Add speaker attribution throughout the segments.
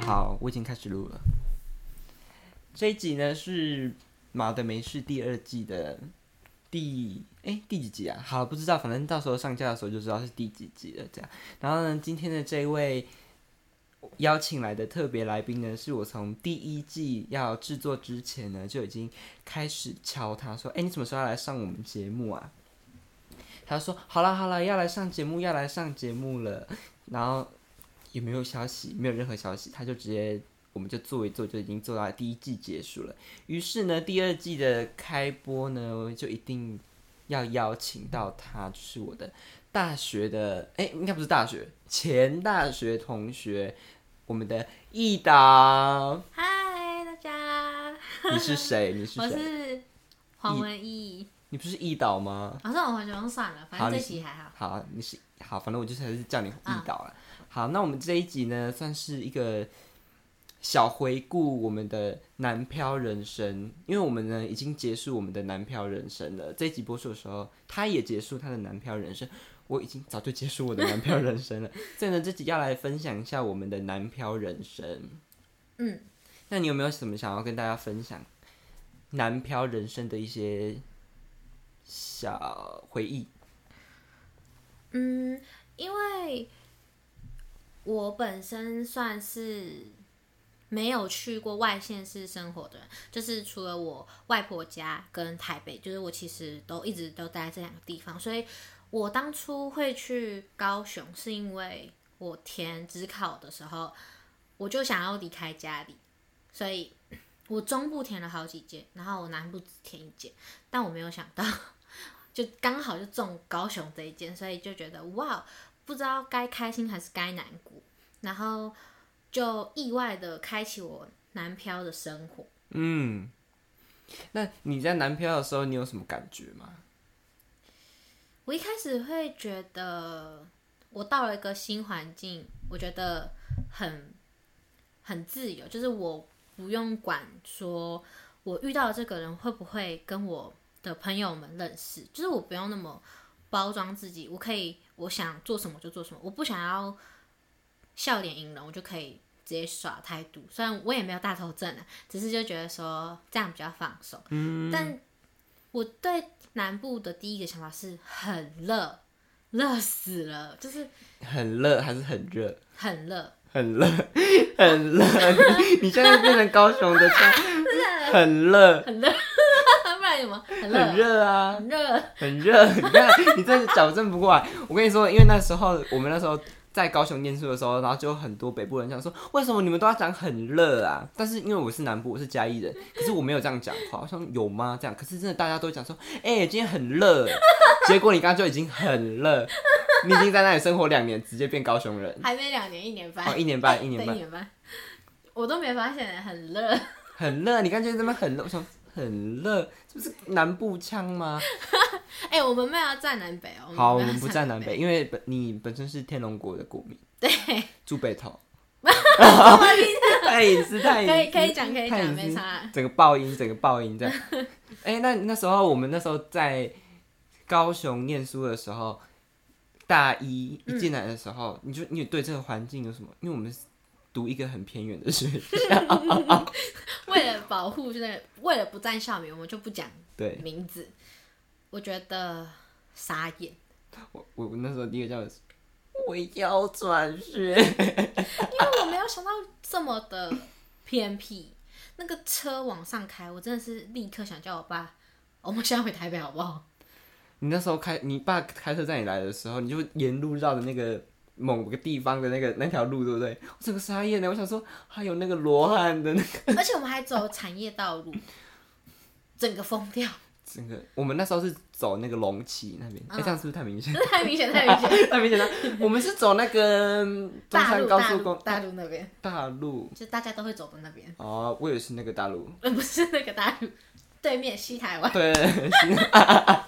Speaker 1: 好，我已经开始录了。这一集呢是《马的没事》第二季的第哎第几集啊？好，不知道，反正到时候上架的时候就知道是第几集了。这样，然后呢，今天的这一位邀请来的特别来宾呢，是我从第一季要制作之前呢就已经开始敲他说：“哎，你什么时候要来上我们节目啊？”他说：“好啦好啦，要来上节目，要来上节目了。”然后也没有消息，没有任何消息，他就直接我们就做一做，就已经做到第一季结束了。于是呢，第二季的开播呢，就一定要邀请到他，就是我的大学的，哎，应该不是大学，前大学同学，我们的易导，
Speaker 2: 嗨，大家，
Speaker 1: 你是谁？你是
Speaker 2: 我
Speaker 1: 谁？
Speaker 2: 是黄文义。
Speaker 1: 你不是易导吗？
Speaker 2: 好像我完全算了，反
Speaker 1: 好
Speaker 2: 正
Speaker 1: 你
Speaker 2: 这
Speaker 1: 是
Speaker 2: 期还好。
Speaker 1: 好，你是好，反正我就是还是叫你易导了。好，那我们这一集呢，算是一个小回顾我们的南漂人生，因为我们呢已经结束我们的南漂人生了。这一集播出的时候，他也结束他的南漂人生，我已经早就结束我的南漂人生了。所以呢，这集要来分享一下我们的南漂人生。
Speaker 2: 嗯，
Speaker 1: 那你有没有什么想要跟大家分享南漂人生的一些小回忆？
Speaker 2: 嗯，因为我本身算是没有去过外县市生活的人，就是除了我外婆家跟台北，就是我其实都一直都待在这两个地方，所以我当初会去高雄，是因为我填职考的时候，我就想要离开家里，所以我中部填了好几届，然后我南部只填一届，但我没有想到。就刚好就中高雄这一件，所以就觉得哇，不知道该开心还是该难过，然后就意外的开启我南漂的生活。
Speaker 1: 嗯，那你在南漂的时候，你有什么感觉吗？
Speaker 2: 我一开始会觉得，我到了一个新环境，我觉得很很自由，就是我不用管说我遇到的这个人会不会跟我的朋友们认识，就是我不用那么包装自己，我可以我想做什么就做什么，我不想要笑脸迎人，我就可以直接耍态度。虽然我也没有大头症啊，只是就觉得说这样比较放松。嗯，但我对南部的第一个想法是很热，热死了，就是
Speaker 1: 很热还是很热？
Speaker 2: 很热。
Speaker 1: 很热， 很热。你现在变成高雄的腔，很热，
Speaker 2: 不然有吗？很热，
Speaker 1: 很热啊，
Speaker 2: 很热。
Speaker 1: 很热。你看，你真的矫正不过来。我跟你说，因为那时候我们那时候在高雄念书的时候，然后就有很多北部人讲说，为什么你们都要讲很热啊？但是因为我是南部，我是嘉义人，可是我没有这样讲话，我想有吗？这样，可是真的大家都讲说，哎、今天很热欸，结果你刚刚就已经很热，你已经在那里生活两年，直接变高雄人，
Speaker 2: 还没两年，一年半，
Speaker 1: 哦，一年半，一年
Speaker 2: 对
Speaker 1: 半
Speaker 2: 一，年半，我都没发现，很热。
Speaker 1: 很热，你刚才这边很热，我想很热，这不是南部腔吗？
Speaker 2: 哎、我们没有要站南北哦。
Speaker 1: 好，我
Speaker 2: 没有
Speaker 1: 们
Speaker 2: 要
Speaker 1: 不站
Speaker 2: 站
Speaker 1: 南北，
Speaker 2: 北。
Speaker 1: 因为本你本身是天龙国的国民，
Speaker 2: 对，
Speaker 1: 住北头。 太隐私，太隐私，
Speaker 2: 可以可以讲，可以
Speaker 1: 太
Speaker 2: 讲，
Speaker 1: 隐
Speaker 2: 没
Speaker 1: 私
Speaker 2: 差。
Speaker 1: 整个爆音，整个爆音这样。哎、那那时候我们那时候在高雄念书的时候，大一
Speaker 2: 嗯
Speaker 1: 一进来的时候，你就你对这个环境有什么？因为我们是读一个很偏远的学校，
Speaker 2: 为了保护，就是为了不占校名，我们就不讲
Speaker 1: 对
Speaker 2: 名字。我觉得傻眼，
Speaker 1: 我我我那时候第一个叫我要转学，
Speaker 2: 因为我没有想到这么的偏僻。那个车往上开，我真的是立刻想叫我爸，哦我们现在回台北好不好？
Speaker 1: 你那时候开，你爸开车载你来的时候，你就沿路绕的那个某个地方的那个那条路，对不对？我整个傻眼了，我想说还有那个罗汉的那个
Speaker 2: 而且我们还走产业道路，整个疯掉，
Speaker 1: 整个，我们那时候是走那个龙崎那边，哎、
Speaker 2: 嗯
Speaker 1: 这样是不是太明 显？
Speaker 2: 真的太明显，太明显。
Speaker 1: 太明显了，我们是走那个嗯 中
Speaker 2: 大
Speaker 1: 山
Speaker 2: 陆
Speaker 1: 高
Speaker 2: 大
Speaker 1: 速
Speaker 2: 陆
Speaker 1: 公
Speaker 2: 大陆那边，
Speaker 1: 大路
Speaker 2: 就大家都会走的那边，
Speaker 1: 哦，我以为是那个大陆，
Speaker 2: 呃，不是那个大陆，对面西台湾。
Speaker 1: 对，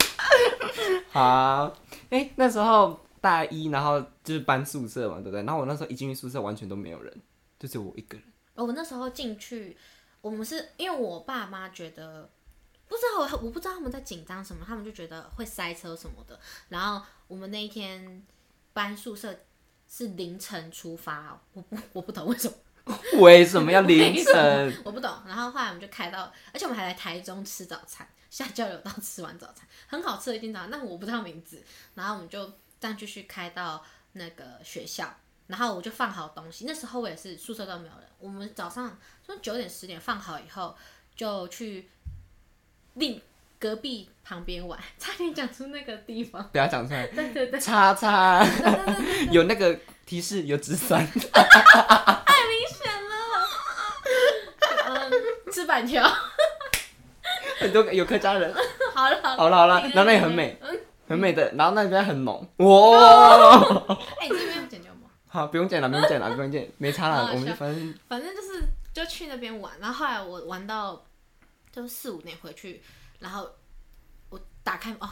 Speaker 1: 好，哎、那时候大一，然后就是搬宿舍嘛，对不对？然后我那时候一进去宿舍，完全都没有人，就只有我一个人。
Speaker 2: 哦我们那时候进去，我们是因为我爸妈觉得不知道，我不知道他们在紧张什么，他们就觉得会塞车什么的。然后我们那一天搬宿舍是凌晨出发哦，我不我不懂为什么，
Speaker 1: 为什么要凌晨？
Speaker 2: 我不懂。然后后来我们就开到，而且我们还来台中吃早餐，下交流道吃完早餐，很好吃的一间早餐，但我不知道名字。然后我们就这样继续开到那个学校，然后我就放好东西。那时候我也是宿舍都没有人，我们早上说九点十点放好以后，就去另隔壁旁边玩，差点讲出那个地方。
Speaker 1: 不要讲出 来，
Speaker 2: 对对对，
Speaker 1: 叉 叉，有那个提示有纸伞，
Speaker 2: 嗯， 吃板条。
Speaker 1: 很多个有客家 人。
Speaker 2: 好了好了
Speaker 1: 好了好 了，
Speaker 2: 你
Speaker 1: 然后那里很美
Speaker 2: 嗯，
Speaker 1: 很美的，然后那边很浓。 哇，
Speaker 2: 哎、你这边有剪掉吗？
Speaker 1: 好，不用见了，不用见了，不用 见，没差
Speaker 2: 好
Speaker 1: 了
Speaker 2: 好，
Speaker 1: 我们就
Speaker 2: 笑
Speaker 1: 反正
Speaker 2: 反正就是就去那边玩，然后后来我玩到就四五点回去，然后我打开哦，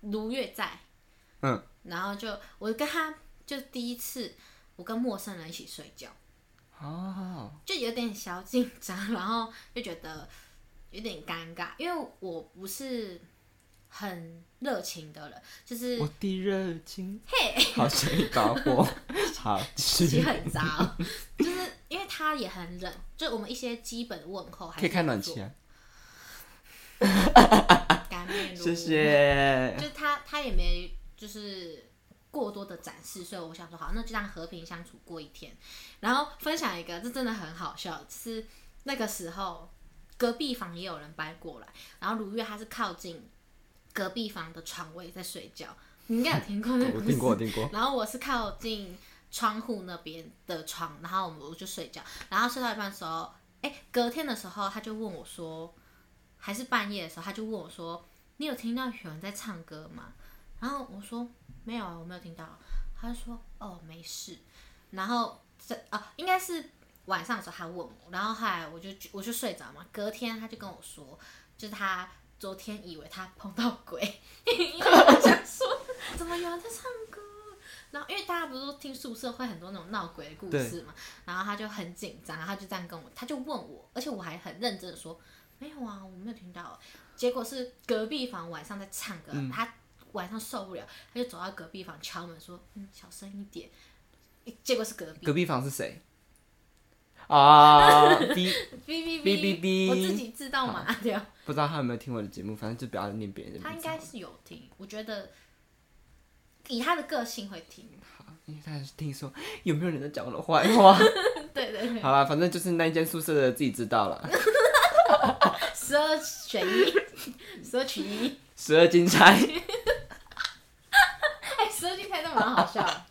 Speaker 2: 如月在，
Speaker 1: 嗯，
Speaker 2: 然后就我跟他就第一次我跟陌生人一起睡觉，
Speaker 1: 哦，
Speaker 2: 就有点小紧张，然后就觉得有点尴尬，因为我不是很热情的人，就是
Speaker 1: 我的热 情，好声音把火，好，继
Speaker 2: 脾气
Speaker 1: 续
Speaker 2: 很糟，就是因为他也很冷，就我们一些基本问候还
Speaker 1: 可以
Speaker 2: 是
Speaker 1: 开
Speaker 2: 要
Speaker 1: 暖
Speaker 2: 做
Speaker 1: 气啊，
Speaker 2: 啊干面如
Speaker 1: 谢 谢。
Speaker 2: 就是他他也没就是过多的展示，所以我想说好，那就这样和平相处过一天。然后分享一个，这真的很好笑，是那个时候隔壁房也有人搬过来，然后如月她是靠近隔壁房的床位在睡觉，你应该有听过那 个
Speaker 1: 我
Speaker 2: 故事
Speaker 1: 听过，我听过。
Speaker 2: 然后我是靠近窗户那边的床，然后我就睡觉，然后睡到一半的时候，哎，隔天的时候他就问我说，还是半夜的时候他就问我说，你有听到有人在唱歌吗？然后我说没有啊，我没有听到啊。他就说哦没事，然后这哦应该是晚上的时候他问我，然后后来我就我就睡着嘛，隔天他就跟我说，就是他。昨天以为他碰到鬼， 因为我想说怎么有人在唱歌？然后因为大家不是都听宿舍会很多那种闹鬼的故事嘛，然后他就很紧张，然后他就这样跟我，他就问我，而且我还很认真的说没有啊，我没有听到。结果是隔壁房晚上在唱歌，他晚上受不了，他就走到隔壁房敲门说，嗯，小声一点。结果是隔壁，
Speaker 1: 隔壁房是 谁？啊，B，
Speaker 2: 哔
Speaker 1: 哔
Speaker 2: 哔
Speaker 1: 哔哔
Speaker 2: 我自己自动 码掉。
Speaker 1: 不知道他有没有听我的节目，反正就不要念别人的名字。
Speaker 2: 他应该是有听，我觉得以他的个性会听。
Speaker 1: 因为他还是听说有没有人在讲我的坏话。
Speaker 2: 对对对，
Speaker 1: 好啦，反正就是那一间宿舍的自己知道了。
Speaker 2: 十二选一，十二取一。
Speaker 1: 十二金钗，
Speaker 2: 哎，十二金钗都蛮好笑的。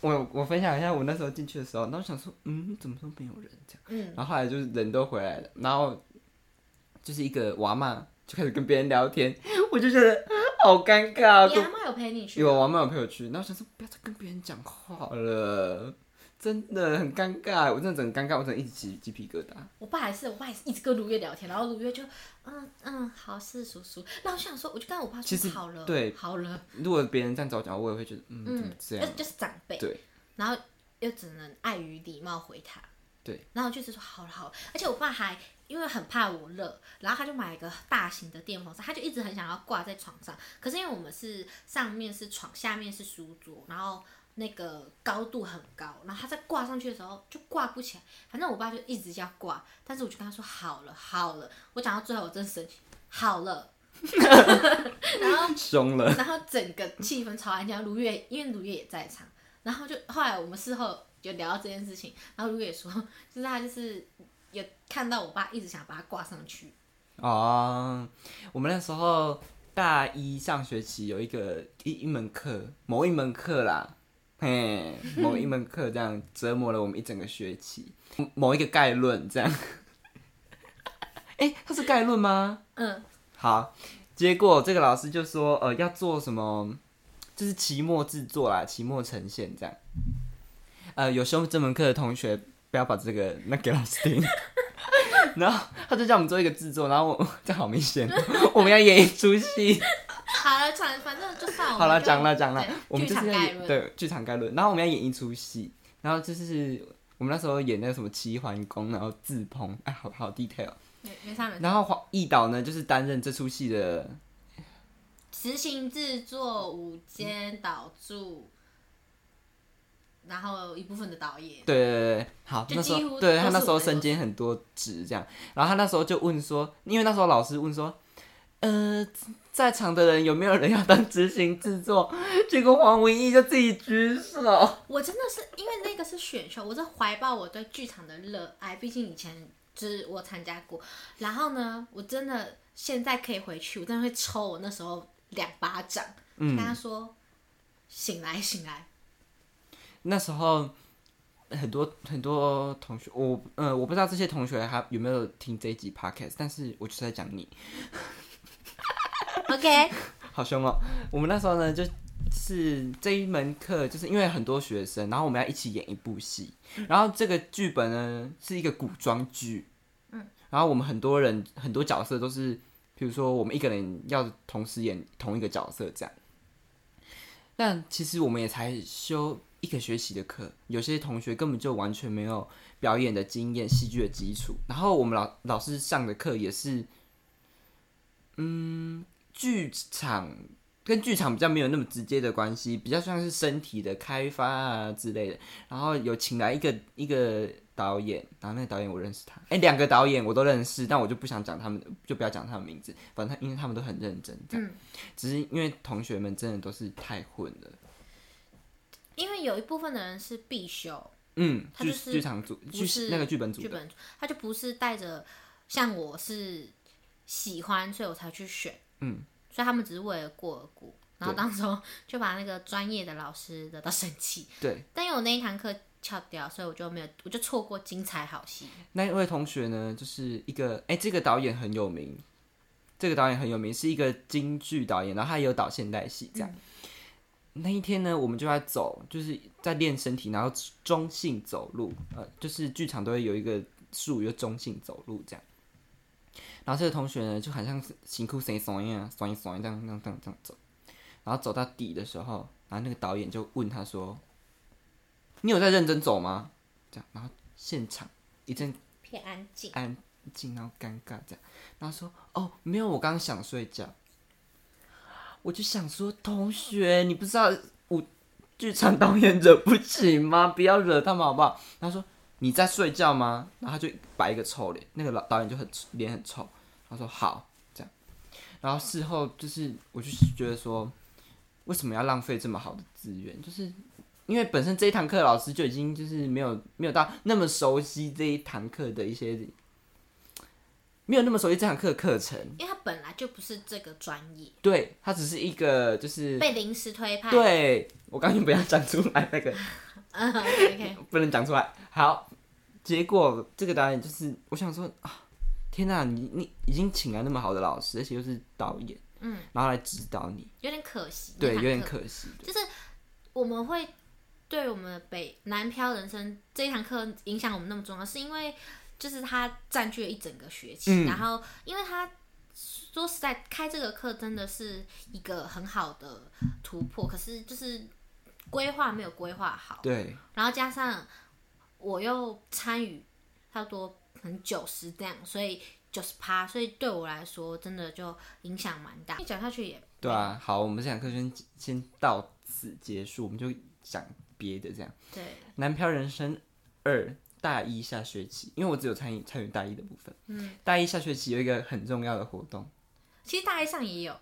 Speaker 1: 我我分享一下我那时候进去的时候，然后想说，嗯，怎么都没有人这样。
Speaker 2: 嗯，
Speaker 1: 然后后来就是人都回来了，然后就是一个娃嘛，就开始跟别人聊天，我就觉得好尴尬。
Speaker 2: 你阿妈有陪你去？
Speaker 1: 有。我妈有陪我去，然后我想说不要再跟别人讲话了，真的很尴尬，我真的整个尴尬，我整个一直起鸡皮疙瘩。
Speaker 2: 我爸还是，我爸也是一直跟如月聊天，然后如月就，嗯嗯，好是叔叔。那我想说，我就跟我爸
Speaker 1: 其实
Speaker 2: 说好了，
Speaker 1: 对
Speaker 2: 好了，
Speaker 1: 如果别人这样找我讲，我也会觉得嗯怎么
Speaker 2: 嗯，
Speaker 1: 这样
Speaker 2: 就？就是长辈，
Speaker 1: 对，
Speaker 2: 然后又只能碍于礼貌回他，
Speaker 1: 对，
Speaker 2: 然后我就是说好了好了，而且我爸还因为很怕我热，然后他就买一个大型的电风扇，他就一直很想要挂在床上，可是因为我们是上面是床，下面是书桌，然后。那个高度很高，然后他在挂上去的时候就挂不起来。反正我爸就一直要挂，但是我就跟他说好了好了。我讲到最后我真生气，好了，然后
Speaker 1: 凶了，
Speaker 2: 然后整个气氛超安静，然后卢月因为卢月也在场，然后就后来我们事后有聊到这件事情，然后卢月也说，就是他就是有看到我爸一直想把他挂上去，
Speaker 1: 哦，我们那时候大一上学期有一个一一门课，某一门课啦，嘿，某一门课这样折磨了我们一整个学期，某某一个概论这样。 哎、它是概论吗？
Speaker 2: 嗯，
Speaker 1: 好，结果这个老师就说，呃，要做什么，就是期末制作啦，期末呈现这样。呃，有修这门课的同学不要把这个 那给老师听。然后他就叫我们做一个制作，然后我 这好明显哦，我们要演一出 戏。
Speaker 2: 好了，反反正就算我们
Speaker 1: 好了，
Speaker 2: 就
Speaker 1: 讲了讲了
Speaker 2: 对，
Speaker 1: 我们就
Speaker 2: 剧
Speaker 1: 是
Speaker 2: 场
Speaker 1: 要
Speaker 2: 概
Speaker 1: 演
Speaker 2: 论，
Speaker 1: 对剧场概论，然后我们要演一出戏，然后就是我们那时候演那个什么齐桓公，然后自鹏，哎，好好 detail。
Speaker 2: 没没啥没啥，
Speaker 1: 然后黄易导呢，就是担任这出戏的嗯
Speaker 2: 执行制作、午间导助，然后一部分的导演，
Speaker 1: 对对对对，好，
Speaker 2: 就
Speaker 1: 那时
Speaker 2: 几
Speaker 1: 候
Speaker 2: 乎
Speaker 1: 对
Speaker 2: 都
Speaker 1: 他
Speaker 2: 是
Speaker 1: 那时候
Speaker 2: 我在
Speaker 1: 身兼很多职这样，然后他那时候就问说，因为那时候老师问说，呃，在场的人有没有人要当执行制作？结果黄文义就自己举手，
Speaker 2: 我真的是因为那个是选秀，我是怀抱我对剧场的热爱，毕竟以前就是我参加过。然后呢，我真的现在可以回去，我真的会抽我那时候两巴掌，跟他说：“醒来，醒来。
Speaker 1: 那时候很多很多同学，我呃我不知道这些同学还有没有听这一集 podcast，但是我就是在讲你，”
Speaker 2: OK，
Speaker 1: 好凶哦！我们那时候呢，就是这一门课，就是因为很多学生，然后我们要一起演一部戏，然后这个剧本呢是一个古装剧，嗯，然后我们很多人很多角色都是，比如说我们一个人要同时演同一个角色这样。但其实我们也才修一个学期的课，有些同学根本就完全没有表演的经验、戏剧的基础。然后我们老老师上的课也是，剧场跟剧场比较没有那么直接的关系，比较像是身体的开发啊之类的。然后有请来一个一个导演，然后那个导演我认识他，哎、两个导演我都认识，但我就不想讲他们，就不要讲他们名字，反正他因为他们都很认真，这样。
Speaker 2: 嗯
Speaker 1: 只是因为同学们真的都是太混了，
Speaker 2: 因为有一部分的人是必修
Speaker 1: 嗯，
Speaker 2: 他
Speaker 1: 剧
Speaker 2: 就是
Speaker 1: 剧场组
Speaker 2: 不
Speaker 1: 剧
Speaker 2: 是
Speaker 1: 那个剧本组
Speaker 2: 剧
Speaker 1: 的，
Speaker 2: 本，他就不是带着像我是喜欢，所以我才去选，
Speaker 1: 嗯，
Speaker 2: 所以他们只是为了过而过。然后
Speaker 1: 对
Speaker 2: 当时候就把那个专业的老师惹到生气，
Speaker 1: 对，
Speaker 2: 但因为我那一堂课翘掉，所以我就没有，我就错过精彩好戏。
Speaker 1: 那一位同学呢，就是一个哎、诶这个导演很有名，这个导演很有名，是一个京剧导演，然后他也有导现代戏这样。那一天呢，我们就在走，就是在练身体，然后中性走路，呃，就是剧场都会有一个术语，就中性走路这样。然后这个同学呢，就很像是辛苦谁怂一样，怂一怂一这样这样这样这样走，然后走到底的时候，然后那个导演就问他说：“你有在认真走吗？”这样，然后现场一阵
Speaker 2: 偏安静，
Speaker 1: 安静，然后尴尬这样。然后说：“哦，没有，我刚想睡觉。”我就想说，同学，你不知道我剧场导演惹不起吗？ 不要惹他们好不好？然后说你在睡觉吗？然后他就摆一个臭脸，那个老导演就很脸很臭。他说好，这样。然后事后就是，我就觉得说，为什么要浪费这么好的资源？就是因为本身这一堂课老师就已经就是没有没有到那么熟悉这一堂课的一些，没有那么熟悉这堂课的课程。
Speaker 2: 因为他本来就不是这个专业，
Speaker 1: 对，它只是一个就是
Speaker 2: 被临时推派。
Speaker 1: 对我刚刚不要讲出来那个
Speaker 2: 嗯，OK，
Speaker 1: 不能讲出来。好，结果这个导演就是，我想说啊，天哪、你你已经请来那么好的老师，而且又是导演，嗯，然后来指导你，
Speaker 2: 有点可惜。
Speaker 1: 对，
Speaker 2: 那
Speaker 1: 有点
Speaker 2: 堂课
Speaker 1: 可惜。
Speaker 2: 我们会对我们的北南漂人生这一堂课影响我们那么重要，是因为就是它占据了一整个学期，
Speaker 1: 嗯
Speaker 2: 然后因为它说实在开这个课真的是一个很好的突破，可是就是规划没有规划好，
Speaker 1: 对，
Speaker 2: 然后加上我又参与差不多可能九十这样，所以。九十趴，所以对我来说真的就影响蛮大。讲下去也
Speaker 1: 对啊，好，我们这堂课先先到此结束，我们就讲别的这样。
Speaker 2: 对，
Speaker 1: 《南漂人生二》大一下学期，因为我只有参与参与大一的部分，嗯，大一下学期有一个很重要的活动，
Speaker 2: 其实大一上也有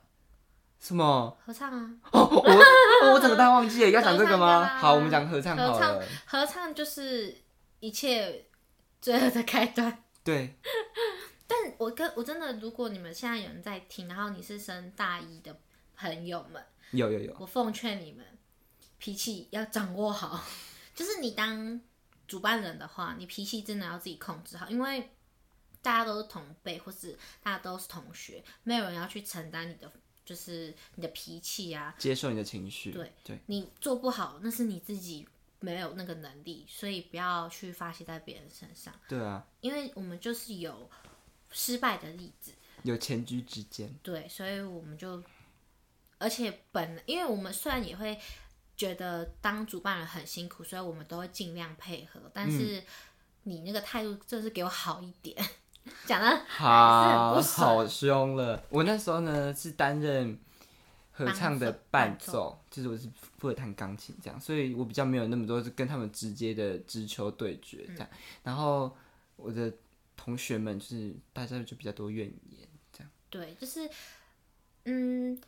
Speaker 1: 什么？
Speaker 2: 合唱啊，
Speaker 1: 哦，我我整个大忘 记了，要讲这个
Speaker 2: 合
Speaker 1: 吗？
Speaker 2: 唱啊
Speaker 1: 好，我们讲合唱好
Speaker 2: 合唱
Speaker 1: 了。
Speaker 2: 合唱就是一切罪恶的开端。
Speaker 1: 对，
Speaker 2: 但我跟我真的，如果你们现在有人在听，然后你是升大一的朋友们，
Speaker 1: 有有有，
Speaker 2: 我奉劝你们脾气要掌握好。 就是你当主办人的话，你脾气真的要自己控制好，因为大家都是同辈，或是大家都是同学，没有人要去承担你的，就是你的脾气啊，
Speaker 1: 接受你的情绪。对对，
Speaker 2: 你做不好，那是你自己没有那个能力，所以不要去发泄在别人身上，
Speaker 1: 对啊，
Speaker 2: 因为我们就是有失败的例子，
Speaker 1: 有前居之 鉴。
Speaker 2: 对，所以我们就，而且本因为我们虽然也会觉得当主办人很辛苦，所以我们都会尽量配合，但是你那个态度真的是给我好一点， 讲的
Speaker 1: 好
Speaker 2: 还是很不爽
Speaker 1: 好凶了。我那时候呢是担任合唱的
Speaker 2: 伴
Speaker 1: 伴
Speaker 2: 奏
Speaker 1: 奏，就是我是负责弹钢琴这样，所以我比较没有那么多是跟他们直接的直球对决这
Speaker 2: 嗯
Speaker 1: 样。然后我的同学们就是大家就比较多怨言，
Speaker 2: 对，就是嗯，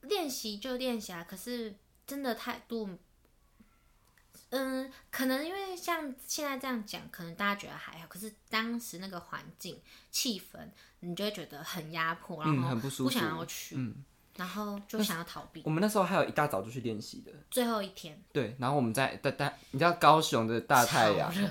Speaker 2: 练习就练习啊，可是真的态度，嗯，可能因为像现在这样讲，可能大家觉得还好，可是当时那个环境气氛，你就会觉得很压迫，然
Speaker 1: 嗯，
Speaker 2: 后
Speaker 1: 很不舒
Speaker 2: 不
Speaker 1: 服。嗯
Speaker 2: 想要去，然后就想要逃避。
Speaker 1: 我们那时候还有一大早就去练习的，
Speaker 2: 最后一天，
Speaker 1: 对，然后我们在大大，你知道高雄的大太阳
Speaker 2: 超，热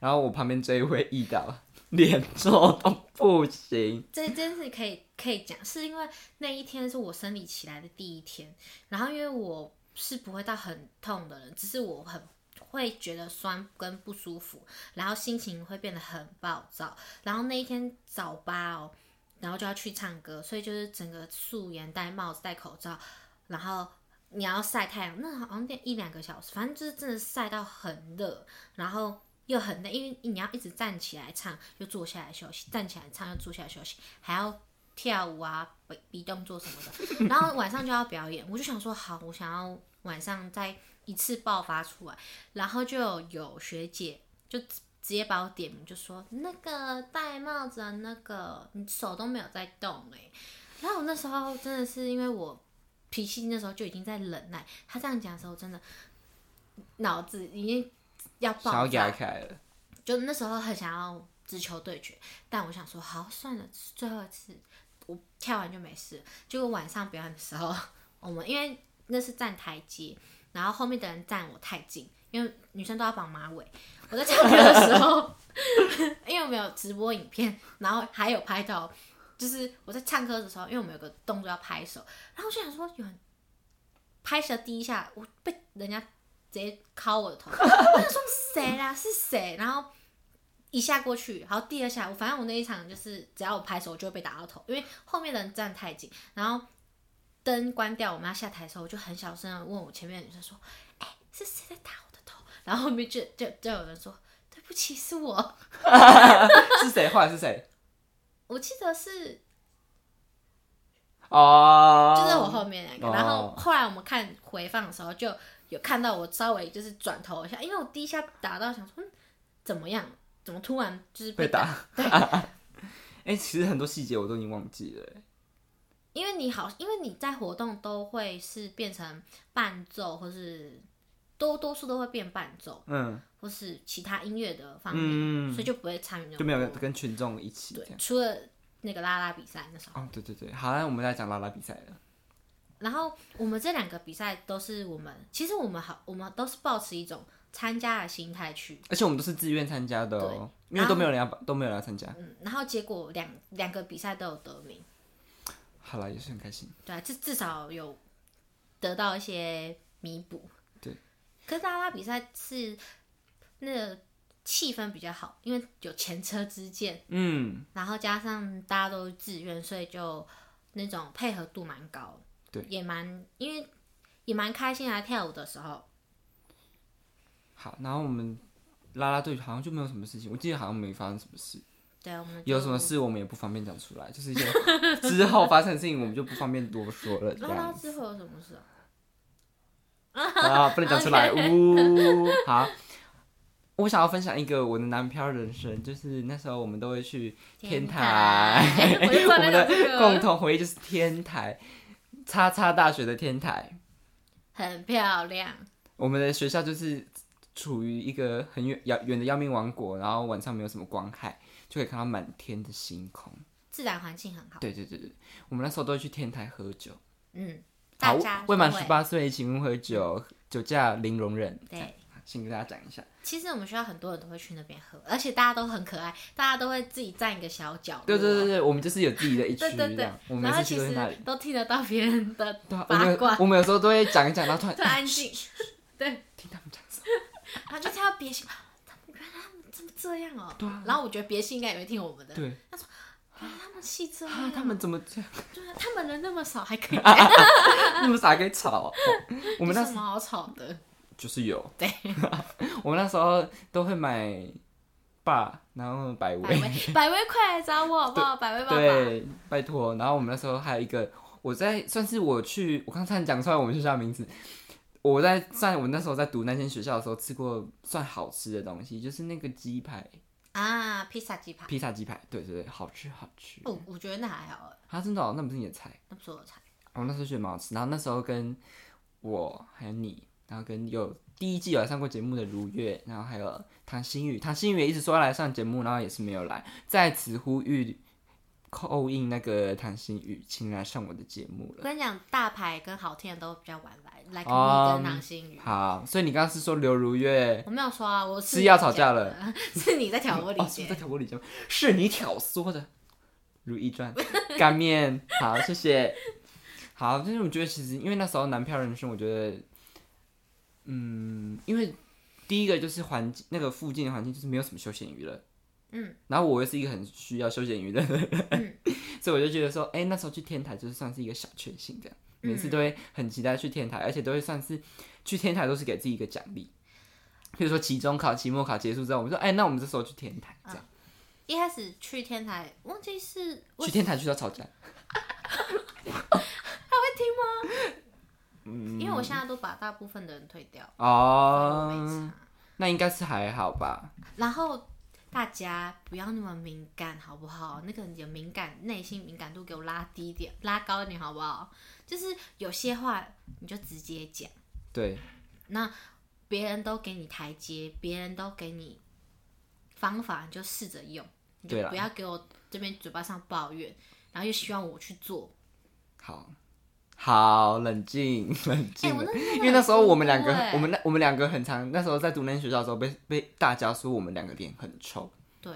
Speaker 1: 然后我旁边这一位遇到脸臭到不行，
Speaker 2: 这件事可以可以讲，是因为那一天是我生理起来的第一天，然后因为我是不会到很痛的人，只是我很会觉得酸跟不舒服，然后心情会变得很暴躁，然后那一天早八哦，然后就要去唱歌，所以就是整个素颜戴帽子戴口罩，然后。你要晒太阳，那好像得一两个小时，反正就是真的晒到很热，然后又很累，因为你要一直站起来唱，又坐下来休息，站起来唱又坐下来休息，还要跳舞啊、比比动作什么的，然后晚上就要表演，我就想说好，我想要晚上再一次爆发出来，然后就有有学姐就直直接把我点名，就说那个戴帽子的啊那个你手都没有在动哎、然后我那时候真的是因为我脾气那时候就已经在忍耐，他这样讲的时候，我真的脑子已经要
Speaker 1: 想要
Speaker 2: 爆炸
Speaker 1: 牙开了，
Speaker 2: 就那时候很想要直球对决，但我想说好算了，最后一次我跳完就没事了。结果晚上表演的时候，我们因为那是站台阶，然后后面的人站我太近，因为女生都要绑马尾。我在唱歌的时候， 因为我们有直播影片，然后还有拍到，就是我在唱歌的时候，因为我们有个动作要拍手，然后我就想说有人拍摄第一下，我被人家直接敲我的头，我想说谁啦是谁，然后。一下过去，然后第二下，我反正我那一场就是，只要我拍手，我就会被打到头，因为后面的人站太近，然后灯关掉，我们要下台的时候，我就很小声的问我前面的女生说：“哎、是谁在打我的头？”然后后面就就就有人说：“对不起，是我。
Speaker 1: 是谁？后来是谁？”
Speaker 2: 我记得是
Speaker 1: 哦，
Speaker 2: 就在我后面两个，
Speaker 1: 哦
Speaker 2: 然后后来我们看回放的时候，就有看到我稍微就是转头一下，因为我第一下打到想说、嗯、怎么样，怎么突然就是
Speaker 1: 被
Speaker 2: 打，
Speaker 1: 打。 哎、其实很多细节我都已经忘记了，欸
Speaker 2: 因为你好，因为你在活动都会是变成伴奏，或是多多数都会变伴奏，
Speaker 1: 嗯
Speaker 2: 或是其他音乐的方面，
Speaker 1: 嗯
Speaker 2: 所，以就不会参与那种
Speaker 1: 就没有
Speaker 2: 活动
Speaker 1: 跟群众一起这
Speaker 2: 对
Speaker 1: 样。，
Speaker 2: 除了那个拉拉比赛那时候，
Speaker 1: 哦，对对对，好，那我们来讲拉拉比赛了。
Speaker 2: 然后我们这两个比赛都是我们，其实我们好，我们都是抱持一种参加的心态去，
Speaker 1: 而且我们都是自愿参加的哦，因
Speaker 2: 啊
Speaker 1: 为都没有人要都没有人要参加。
Speaker 2: 嗯，然后结果两两个比赛都有得名，
Speaker 1: 好了，也是很开心。
Speaker 2: 对啊，至至少有得到一些弥补。
Speaker 1: 对，
Speaker 2: 可是拉拉比赛是那个气氛比较好，因为有前车之鉴，
Speaker 1: 嗯，
Speaker 2: 然后加上大家都自愿，所以就那种配合度蛮高，
Speaker 1: 对，
Speaker 2: 也蛮因为也蛮开心啊，跳舞的时候，
Speaker 1: 好，然后我们拉拉队好像就没有什么事情，我记得好像没发生什么事。
Speaker 2: 对，我们就
Speaker 1: 有什么？事我们也不方便讲出来，就是一些之后发生的事情，我们就不方便多说了。这
Speaker 2: 拉拉
Speaker 1: 样
Speaker 2: 之后有什么事啊？
Speaker 1: 啊，不能讲出来。呜，好。我想要分享一个我的南漂人生，就是那时候我们都会去天台，
Speaker 2: 台哎 我就
Speaker 1: 我
Speaker 2: 突然
Speaker 1: 们
Speaker 2: 想
Speaker 1: 的
Speaker 2: 到这
Speaker 1: 共
Speaker 2: 个，
Speaker 1: 同回忆就是天台，叉叉大学的天台。
Speaker 2: 很漂亮。
Speaker 1: 我们的学校就是处于一个很远遥远的要命王国，然后晚上没有什么光害，就可以看到满天的星空。
Speaker 2: 自然环境很好。
Speaker 1: 对对对对，我们那时候都会去天台喝酒。
Speaker 2: 嗯，
Speaker 1: 好
Speaker 2: 大家
Speaker 1: 未满
Speaker 2: 都会
Speaker 1: 十八岁，请勿喝酒，酒驾零容忍。这样
Speaker 2: 对，
Speaker 1: 先给大家讲一下。
Speaker 2: 其实我们学校很多人都会去那边喝，而且大家都很可爱，大家都会自己占一个小角落。
Speaker 1: 对对对对，我们就是有自己的一区
Speaker 2: 对对对
Speaker 1: 这样，我们
Speaker 2: 然后
Speaker 1: 每次
Speaker 2: 其
Speaker 1: 去都是那
Speaker 2: 实
Speaker 1: 里。
Speaker 2: 都听得到别人的
Speaker 1: 对啊，我
Speaker 2: 八
Speaker 1: 们
Speaker 2: 卦
Speaker 1: 有我们有时候都会讲一讲，然后突然哎
Speaker 2: 突然安静，
Speaker 1: 听他们讲什么。
Speaker 2: 然后就听到别姓，啊他们原来他们怎么这样哦、
Speaker 1: 对啊
Speaker 2: 然后我觉得别姓应该也会听我们的，
Speaker 1: 对
Speaker 2: 他们戏这样，
Speaker 1: 啊，他们怎么这样
Speaker 2: 对啊，他们人那么少还可以，
Speaker 1: 那么傻，可以 吵？哦我们
Speaker 2: 有
Speaker 1: 那
Speaker 2: 什么好吵 的？
Speaker 1: 就是有，
Speaker 2: 对，
Speaker 1: 我们那时候都会买爸，然后百
Speaker 2: 百
Speaker 1: 威，
Speaker 2: 威，百威快来找我好不好？百威爸爸，
Speaker 1: 对，拜托。然后我们那时候还有一个我在算是我去，我刚才讲出来我们学校的名字。我在在我那时候在读那间学校的时候，吃过算好吃的东西，就是那个鸡排，
Speaker 2: 啊，披萨鸡排。
Speaker 1: 披萨鸡排，对对对，好吃好吃。
Speaker 2: 哦，我觉得那还好，
Speaker 1: 啊，真的、哦，那不是你的菜。
Speaker 2: 那不是我的菜。
Speaker 1: 哦我那时候觉得蛮好吃，然后那时候跟我还有你，然后跟有第一季有来上过节目的如月，然后还有唐心宇，唐心宇也一直说要来上节目，然后也是没有来，在此呼吁扣印那个唐心宇，请来上我的节目
Speaker 2: 我
Speaker 1: 了。
Speaker 2: 跟你讲，大牌跟好听的都比较晚来，来、
Speaker 1: 哦
Speaker 2: 你跟郎心宇。
Speaker 1: 好，所以你刚刚是说刘如月
Speaker 2: 我没有说啊，我
Speaker 1: 是要吵
Speaker 2: 讲
Speaker 1: 架了？
Speaker 2: 的， 是你在挑拨离
Speaker 1: 哦，是不是
Speaker 2: 间
Speaker 1: 在。挑拨离间吗？是你挑唆的，《如懿传》干面，好，谢谢。好，就是我觉得其实因为那时候男票人生，我觉得，嗯，因为第一个就是环境，那个附近的环境就是没有什么休闲娱乐，
Speaker 2: 嗯，
Speaker 1: 然后我又是一个很需要休闲娱乐的人， 所以我就觉得说，哎、那时候去天台就是算是一个小确幸这样。
Speaker 2: 嗯
Speaker 1: 每次都会很期待去天台，而且都会算是去天台都是给自己一个奖励，比如说期中考、期末考结束之后，我们说，哎、那我们这时候去天台
Speaker 2: 啊
Speaker 1: 这样。
Speaker 2: 一开始去天台，忘记是我
Speaker 1: 去天台去到吵架，
Speaker 2: 因为我现在都把大部分的人退掉，所
Speaker 1: 嗯
Speaker 2: 以我
Speaker 1: 哦，
Speaker 2: 没差。
Speaker 1: 那应该是还好吧？
Speaker 2: 然后大家不要那么敏感，好不好？那个你的敏感、内心敏感度给我拉低一点，拉高一点，好不好？就是有些话你就直接讲，
Speaker 1: 对，
Speaker 2: 别人都给你台阶，别人都给你方法，你就试着用，你
Speaker 1: 对
Speaker 2: 就
Speaker 1: 啦
Speaker 2: 不要给我这边嘴巴上抱怨，然后又希望我去做。
Speaker 1: 好，好，冷静， 冷
Speaker 2: 哎、
Speaker 1: 静
Speaker 2: 我
Speaker 1: 了。
Speaker 2: 那时候
Speaker 1: 因为那时候我们两个
Speaker 2: 很痛苦，欸
Speaker 1: 我们那我们两个很常，那时候在读那间学校的时候被被大家说我们两个脸很臭，
Speaker 2: 对，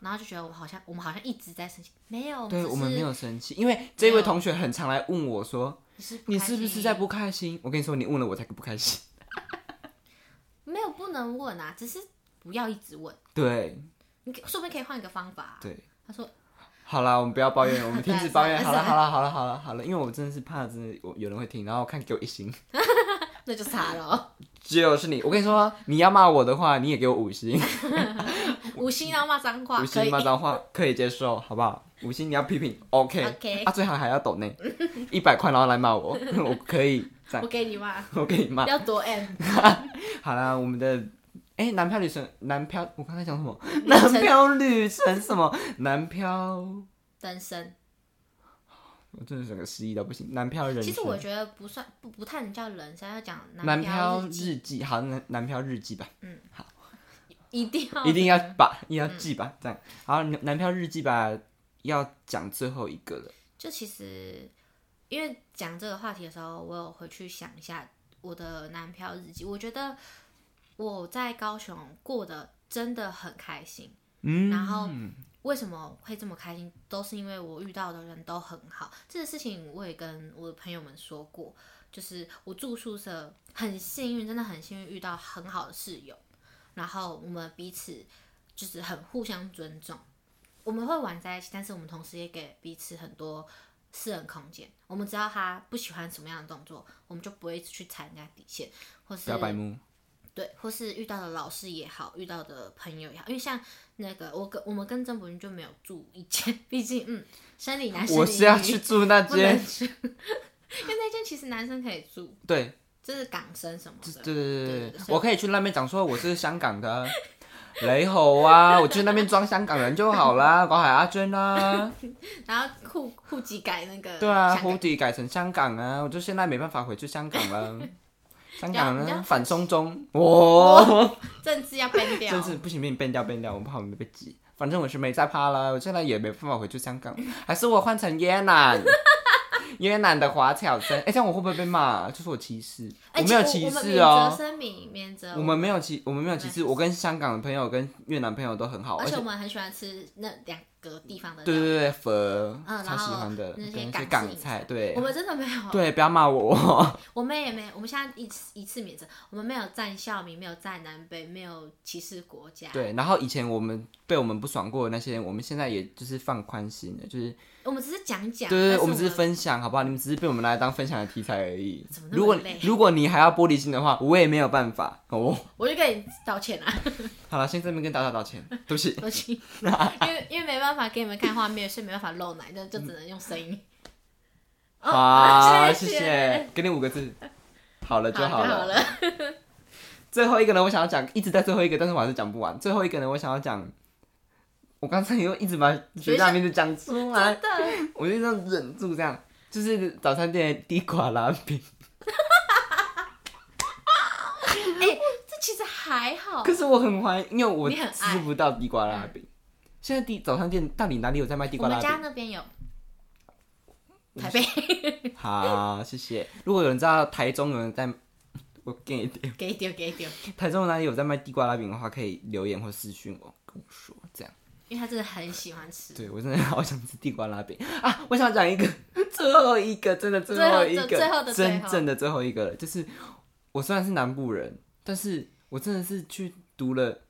Speaker 2: 然后就觉得我好像我们好像一直在生气，没有，
Speaker 1: 对
Speaker 2: 只是
Speaker 1: 我们没有生气，因为这位同学很常来问我说，
Speaker 2: 只是
Speaker 1: 你
Speaker 2: 开
Speaker 1: 是不
Speaker 2: 心
Speaker 1: 是在不开心？我跟你说，你问了我才不开心。
Speaker 2: 没有不能问啊，只是不要一直问，
Speaker 1: 对，
Speaker 2: 你可说不定可以换一个方法啊、
Speaker 1: 对
Speaker 2: 他说
Speaker 1: 好啦，我们不要抱怨，我们停止抱怨。好
Speaker 2: 算
Speaker 1: 了，
Speaker 2: 了
Speaker 1: 好了，好了，好了，好了，因为我真的是怕，真的有有人会听，然后看给我一星。
Speaker 2: 那就是他了，
Speaker 1: 只有是你，我跟你说，你要骂我的话，你也给我五星，
Speaker 2: 五星要骂脏话
Speaker 1: 五
Speaker 2: 可
Speaker 1: 星
Speaker 2: 以
Speaker 1: 骂，脏话可以接受，好不好？五星你要批评，OK，,
Speaker 2: OK
Speaker 1: 啊，最好还要抖内一百块，然后来骂我， 我可以这 样
Speaker 2: 我，给你骂，
Speaker 1: 我给你骂。
Speaker 2: 要多 M
Speaker 1: 好啦，我们的哎、男票女神，男票，我刚才讲什么？男票女神什么？男票，
Speaker 2: 单身。
Speaker 1: 我真的整个失忆到不行。男票人生，
Speaker 2: 其实我觉得不算不不太能叫人生，要讲
Speaker 1: 男
Speaker 2: 漂
Speaker 1: 票日记，好，男男票日记吧。
Speaker 2: 一定要
Speaker 1: 一定要把，一定要记
Speaker 2: 嗯
Speaker 1: 吧，这样。好，男男票日记吧，要讲最后一个了。
Speaker 2: 就其实，因为讲这个话题的时候，我有回去想一下我的男票日记。我觉得我在高雄过得真的很开心。
Speaker 1: 嗯，
Speaker 2: 然后为什么会这么开心，都是因为我遇到的人都很好。这个事情我也跟我的朋友们说过，就是我住宿舍很幸运，真的很幸运遇到很好的室友，然后我们彼此就是很互相尊重。我们会玩在一起，但是我们同时也给彼此很多私人空间。我们知道他不喜欢什么样的动作，我们就不会一直去踩人家底线，或
Speaker 1: 不
Speaker 2: 是
Speaker 1: 要白目。
Speaker 2: 对，或是遇到的老师也好，遇到的朋友也好，因为像那个我跟我们跟郑博云就没有住一间， 毕竟嗯，生理男生
Speaker 1: 我是要
Speaker 2: 去
Speaker 1: 去住那间，
Speaker 2: 因为那间其实男生可以住，
Speaker 1: 对
Speaker 2: 就是港生什么的，
Speaker 1: 对对对对
Speaker 2: 啊对
Speaker 1: 对
Speaker 2: 对，所以
Speaker 1: 我可以去那边讲说我是香港的 雷猴啊，我去那边装香港人就好啦，搞海阿娟 啦，
Speaker 2: 然后户户籍改那个
Speaker 1: 对啊，
Speaker 2: 香港
Speaker 1: 户籍改成香港啊，我就现在没办法回去香港 了。香港
Speaker 2: 你要
Speaker 1: 呢，反送中，哦，
Speaker 2: 政治要崩掉，
Speaker 1: 真是不行，不行，变掉变掉，我怕我们被挤。反正我是没在怕了，我现在也没办法回去香港，还是我换成越 南，越南的华侨生，哎、这样我会不会被骂？啊就是我歧视，
Speaker 2: 哎
Speaker 1: 没有
Speaker 2: 其
Speaker 1: 歧
Speaker 2: 我
Speaker 1: 视哦、
Speaker 2: 我们免责声明，免责
Speaker 1: 我们没有歧，我们没有歧
Speaker 2: 对
Speaker 1: 视。我跟香港的朋友、跟越南朋友都很好，
Speaker 2: 而
Speaker 1: 而
Speaker 2: 且
Speaker 1: 且
Speaker 2: 我们很喜欢吃那两个地方的料
Speaker 1: 对
Speaker 2: 理，
Speaker 1: 对对，粉
Speaker 2: 嗯
Speaker 1: 超
Speaker 2: 然
Speaker 1: 喜
Speaker 2: 后
Speaker 1: 欢的，
Speaker 2: 那些
Speaker 1: 跟一
Speaker 2: 港
Speaker 1: 些
Speaker 2: 式饮
Speaker 1: 港
Speaker 2: 菜
Speaker 1: 菜，对
Speaker 2: 我们真的没有
Speaker 1: 对，不要骂 我。
Speaker 2: 我们也没，我们现在一次一次免责，我们没有站校名，没有站南北，没有歧视国家。，
Speaker 1: 对，然后以前我们被我们不爽过的那些人，我们现在也就是放宽心了，就是
Speaker 2: 我们只是讲讲。
Speaker 1: 对对对，
Speaker 2: 啊但是
Speaker 1: 我
Speaker 2: 我
Speaker 1: 们只是分享，好不好？你们只是被我们拿来当分享的题材而已
Speaker 2: 怎么。那么
Speaker 1: 如果
Speaker 2: 累
Speaker 1: 如果你还要玻璃心的话，我也没有办法哦。
Speaker 2: 我就跟你道歉啊 啦，
Speaker 1: 好了，先这边跟大家道歉，对不 起。
Speaker 2: 道歉，因为因为没办法给你们看画面，所以没办法露奶，那就只能用声音。
Speaker 1: 好，
Speaker 2: 哦
Speaker 1: 谢
Speaker 2: 谢谢
Speaker 1: 谢，给你五个字，好了就
Speaker 2: 好
Speaker 1: 了。
Speaker 2: 好了，
Speaker 1: 最后一个呢，我想要讲，一直在最后一个，但是我还是讲不完。最后一个呢，我想要讲，我刚才又一直把学校名字讲出来，
Speaker 2: 真
Speaker 1: 我就这样忍住，这样就是早餐店的地瓜拉饼。
Speaker 2: 这其实还好
Speaker 1: 可，是我很怀疑，因为我
Speaker 2: 你很爱
Speaker 1: 吃不到地瓜拉饼。现在地早餐店到底哪里有在卖地
Speaker 2: 我
Speaker 1: 瓜
Speaker 2: 们
Speaker 1: 拉
Speaker 2: 家
Speaker 1: 饼？
Speaker 2: 那边有。台北
Speaker 1: 好，谢谢。如果有人知道台中有人在，我给你点，
Speaker 2: 给丢给丢，
Speaker 1: 台中哪里有在卖地瓜拉饼的话，可以留言或私讯我，跟我说这样。
Speaker 2: 因为他真的很喜欢吃。
Speaker 1: 对我真的 好想吃地瓜拉饼啊！我想讲一个，最后一个，真的最后一个，
Speaker 2: 最后的最后
Speaker 1: 真正的最后一个了，就是我虽然是南部人，但是我真的是去读了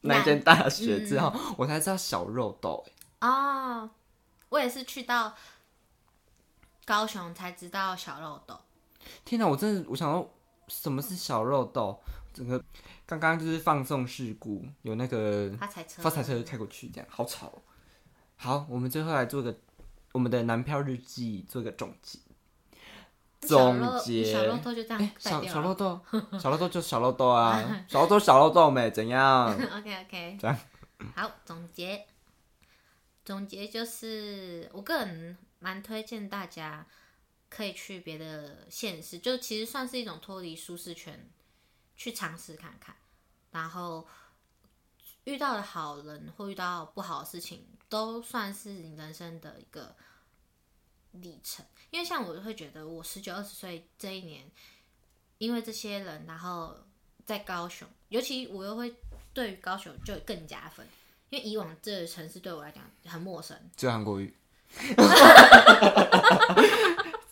Speaker 2: 南嗯
Speaker 1: 南间大学之后，我才知道小肉豆、欸
Speaker 2: 哦，我也是去到高雄才知道小肉豆。
Speaker 1: 天哪，我真的我想到什么是小肉豆，整个刚刚就是放送事故，有那个
Speaker 2: 发财车，
Speaker 1: 发财车开过去，这样好吵哦。好，我们最后来做个我们的南漂日记，做个总结。
Speaker 2: 小
Speaker 1: 总
Speaker 2: 肉
Speaker 1: 结，
Speaker 2: 小肉豆就这样
Speaker 1: 哎
Speaker 2: 败
Speaker 1: 小
Speaker 2: 掉
Speaker 1: 小
Speaker 2: 了。
Speaker 1: 漏 豆，小漏豆就小漏豆啊，小漏豆小漏豆没怎 样？
Speaker 2: OK OK，
Speaker 1: 这样
Speaker 2: 好，总结，总结就是我个人蛮推荐大家可以去别的县市，就其实算是一种脱离舒适圈，去尝试看看，然后遇到的好人或遇到不好的事情，都算是你人生的一个历程。因为像我会觉得，我十九二十岁这一年，因为这些人，然后在高雄，尤其我又会对于高雄就更加分，因为以往这个城市对我来讲很陌生。
Speaker 1: 就韩国 语。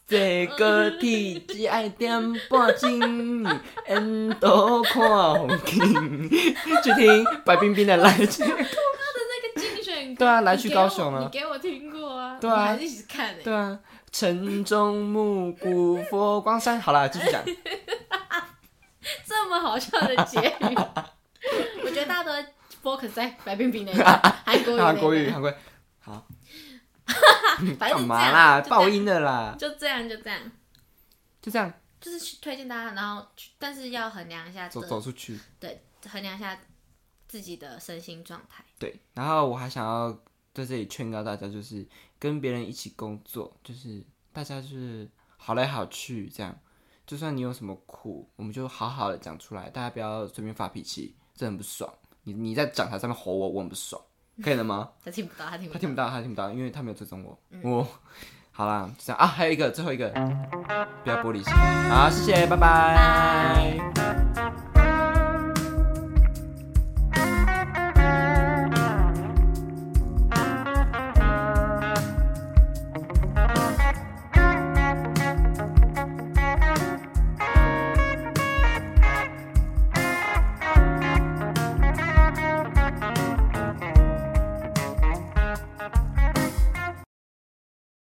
Speaker 1: 这个天只爱点半钟，烟斗看风景， 去听白冰冰的来去。
Speaker 2: 那个 竞选歌
Speaker 1: 对啊来去高雄啊
Speaker 2: 你给我你给我听过啊，
Speaker 1: 对啊
Speaker 2: 我还是一直看欸
Speaker 1: 对啊，城中暮鼓佛光山。好啦，继 续讲。
Speaker 2: 这么好笑的结语， 我觉得大家都在 focus 在白 冰冰那一段，韩国语那一段，
Speaker 1: 韩国语，韩国语。好，干
Speaker 2: 反正就这
Speaker 1: 嘛
Speaker 2: 样
Speaker 1: 啦？
Speaker 2: 就这样
Speaker 1: 爆音的啦，
Speaker 2: 就这样就这样，
Speaker 1: 就这样
Speaker 2: 就是去推荐大家，然后去但是要衡量一下
Speaker 1: 走
Speaker 2: 这
Speaker 1: 走出去。
Speaker 2: 对，衡量一下自己的身心状态。
Speaker 1: 对，然后我还想要在这里劝告大家，就是跟别人一起工作，就是大家就是好来好去这样。就算你有什么苦，我们就好好的讲出来，大家不要随便发脾气，这很不爽。你你在讲台上面吼我，我很不爽，可以了吗？
Speaker 2: 他听不到，他听不
Speaker 1: 他
Speaker 2: 到
Speaker 1: 听。不到，他听不到，因为他没有追踪我。我好啦，就这样啊，还有一个，最后一个，不要玻璃心。好，谢谢，拜拜
Speaker 2: 拜